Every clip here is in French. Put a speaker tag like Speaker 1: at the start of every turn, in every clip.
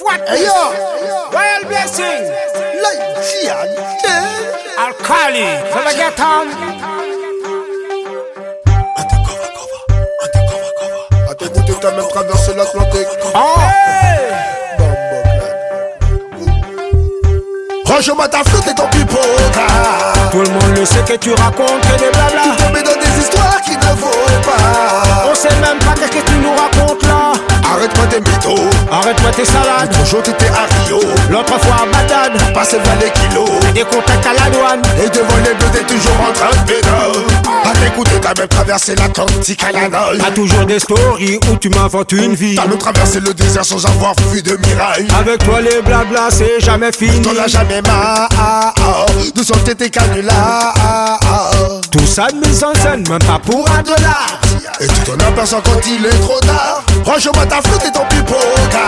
Speaker 1: What?
Speaker 2: Hey yo,
Speaker 1: Royal blessing.
Speaker 2: like Jihad, yeah.
Speaker 1: Alkali. Never get on.
Speaker 2: À tes goûter, t'as même traversé l'Atlantique.
Speaker 1: Oh.
Speaker 2: Range-moi ta flotte et ton pipoca.
Speaker 1: Tout le monde le sait que tu racontes que des blabla.
Speaker 2: Tombé dans des histoires qui ne vaut pas.
Speaker 1: On sait même pas qu'est-ce que tu nous racontes là.
Speaker 2: Arrête-moi tes mythos.
Speaker 1: Arrête-moi tes salades.
Speaker 2: Toujours t'étais à Rio.
Speaker 1: L'autre fois à Bagdad,
Speaker 2: Passé 20 les kilos.
Speaker 1: des contacts à la douane.
Speaker 2: Et devant les bleus, t'es toujours en train de pédale. À tes goûter, t'as même traversé l'Atlantique à la nage.
Speaker 1: T'as toujours des stories où tu m'inventes une vie.
Speaker 2: T'as même traversé le désert sans avoir vu de miraille.
Speaker 1: Avec toi les blabla c'est jamais fini.
Speaker 2: T'en as jamais marre. Nous sommes tes canulars.
Speaker 1: Tout ça de mise en scène, même pas pour un dollar.
Speaker 2: Et tu t'en aperçois quand il est trop tard. Range-moi ta flotte et ton pipoca.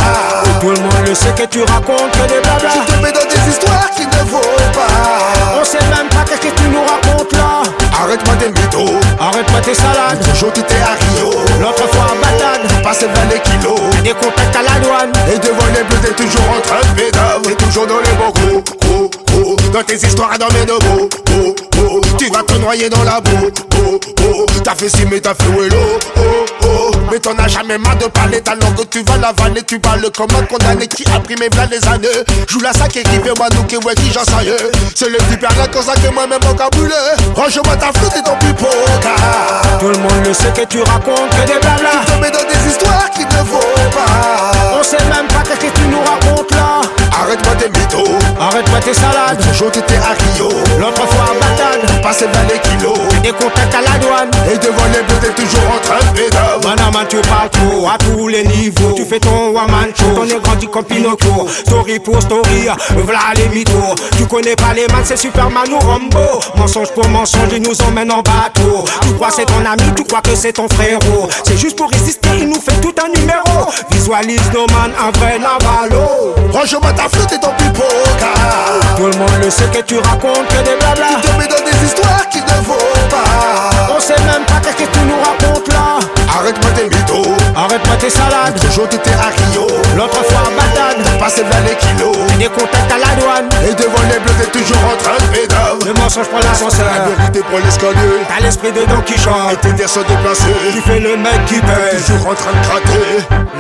Speaker 1: Tout le monde le sait que tu racontes que des blabla.
Speaker 2: Tu te mets dans des histoires qui ne vaut pas.
Speaker 1: On sait même pas qu'est-ce que tu nous racontes là.
Speaker 2: Arrête-moi tes mythos.
Speaker 1: Arrête-moi tes salades.
Speaker 2: Toujours tu t'es à Rio.
Speaker 1: L'autre fois à Bagdad,
Speaker 2: Passé 20 les kilos.
Speaker 1: des contacts à la douane.
Speaker 2: Et devant les bleus, t'es toujours en train de pédale. T'es toujours dans les bons coups, coups, coups. Dans tes histoires, dans mes nomos, oh, oh. Tu vas te noyer dans la boue, oh, oh. T'as fait si, mais t'as floué l'eau, oh, oh. Mais t'en as jamais marre de parler ta langue, tu vas l'avaler, tu parles comme un condamné qui a pris mes v'là les années. Joue la sac et qui fait moi nous qui ouais qui j'en sais rien. C'est le petit père là comme ça que moi-même en cabulé. Range-moi ta flotte et ton pipoca.
Speaker 1: Tout le monde le sait que tu racontes que des blabla.
Speaker 2: Te mets dans des histoires qui ne vaut pas.
Speaker 1: On sait même pas qu'est-ce que tu nous racontes là.
Speaker 2: Arrête-moi tes mythos.
Speaker 1: Arrête-moi tes salades.
Speaker 2: Toujours t'étais à Rio,
Speaker 1: L'autre fois à Bagdad,
Speaker 2: passé dans les kilos.
Speaker 1: des contacts à la douane.
Speaker 2: Et devant les bleus, t'es toujours en train de pédale.
Speaker 1: Manaman, tu parles trop à tous les niveaux. Tu fais ton one-man show, t'en es grandi comme Pinocchio. Story pour story, voilà les mythos. Tu connais pas les man, c'est Superman ou Rambo. Mensonge pour mensonge, ils nous emmènent en bateau. Tu crois c'est ton ami, tu crois que c'est ton frérot. C'est juste pour résister, il nous fait tout un numéro. Visualise nos man, un vrai navalo.
Speaker 2: Range-moi ta flotte et ton pipoca.
Speaker 1: Tout le monde le sait que tu racontes que des blabla.
Speaker 2: Te mets dans des histoires qui ne vaut pas.
Speaker 1: On sait même pas qu'est-ce que tu nous racontes là.
Speaker 2: Arrête-moi tes mythos.
Speaker 1: Arrête-moi tes salades.
Speaker 2: Toujours t'étais à Rio,
Speaker 1: L'autre fois à Bagdad,
Speaker 2: passé dans les kilos.
Speaker 1: des contacts à la douane.
Speaker 2: Et devant les bleus, t'es toujours en train de pédale.
Speaker 1: Le mensonge prend
Speaker 2: La
Speaker 1: l'ascenseur.
Speaker 2: vérité prend l'escalier.
Speaker 1: T'as l'esprit de Don
Speaker 2: Et
Speaker 1: Quichotte
Speaker 2: tes dires sont déplacés.
Speaker 1: qui fait le mec qui pèse.
Speaker 2: toujours en train de craquer.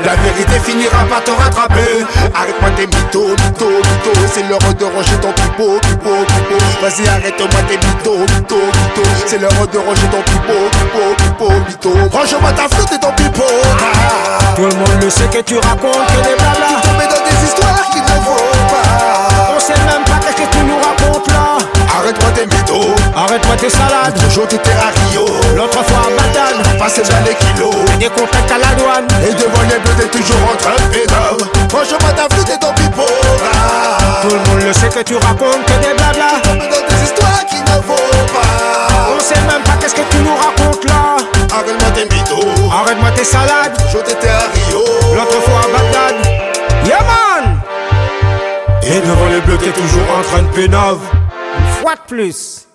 Speaker 2: La vérité finira par te rattraper. Arrête-moi tes mythos, mythos, mythos. C'est l'heure de ranger ton pipo, pipo, pipo. Vas-y, arrête-moi tes mythos, mythos, mythos. C'est l'heure de ranger ton pipo, pipo, pipo, mythos. Range-moi ta flotte et ton pipo. Ah,
Speaker 1: Tout le monde le sait que tu racontes que des blabla.
Speaker 2: tombé dans des histoires qui ne vaut
Speaker 1: On sait même pas qu'est-ce que tu nous racontes là.
Speaker 2: pas. Arrête-moi tes mythos.
Speaker 1: Arrête-moi tes salades.
Speaker 2: Toujours t'étais à Rio.
Speaker 1: L'autre fois à Bagdad,
Speaker 2: Passé dans les kilos.
Speaker 1: des contacts à la douane.
Speaker 2: Et devant les bleus, t'es toujours en train de pédale. Range-moi ta flotte et ton pipo. Ah,
Speaker 1: Tout le monde le sait que tu racontes que des blabla.
Speaker 2: Tombé dans des histoires qui ne vaut pas.
Speaker 1: On sait même pas qu'est-ce que tu nous racontes là.
Speaker 2: Arrête-moi tes mythos.
Speaker 1: Arrête-moi tes salades.
Speaker 2: Je t'étais à Rio.
Speaker 1: L'autre fois à Bagdad, yeah man.
Speaker 2: Et devant les bleus, t'es toujours en train de pénave.
Speaker 1: Fois de plus.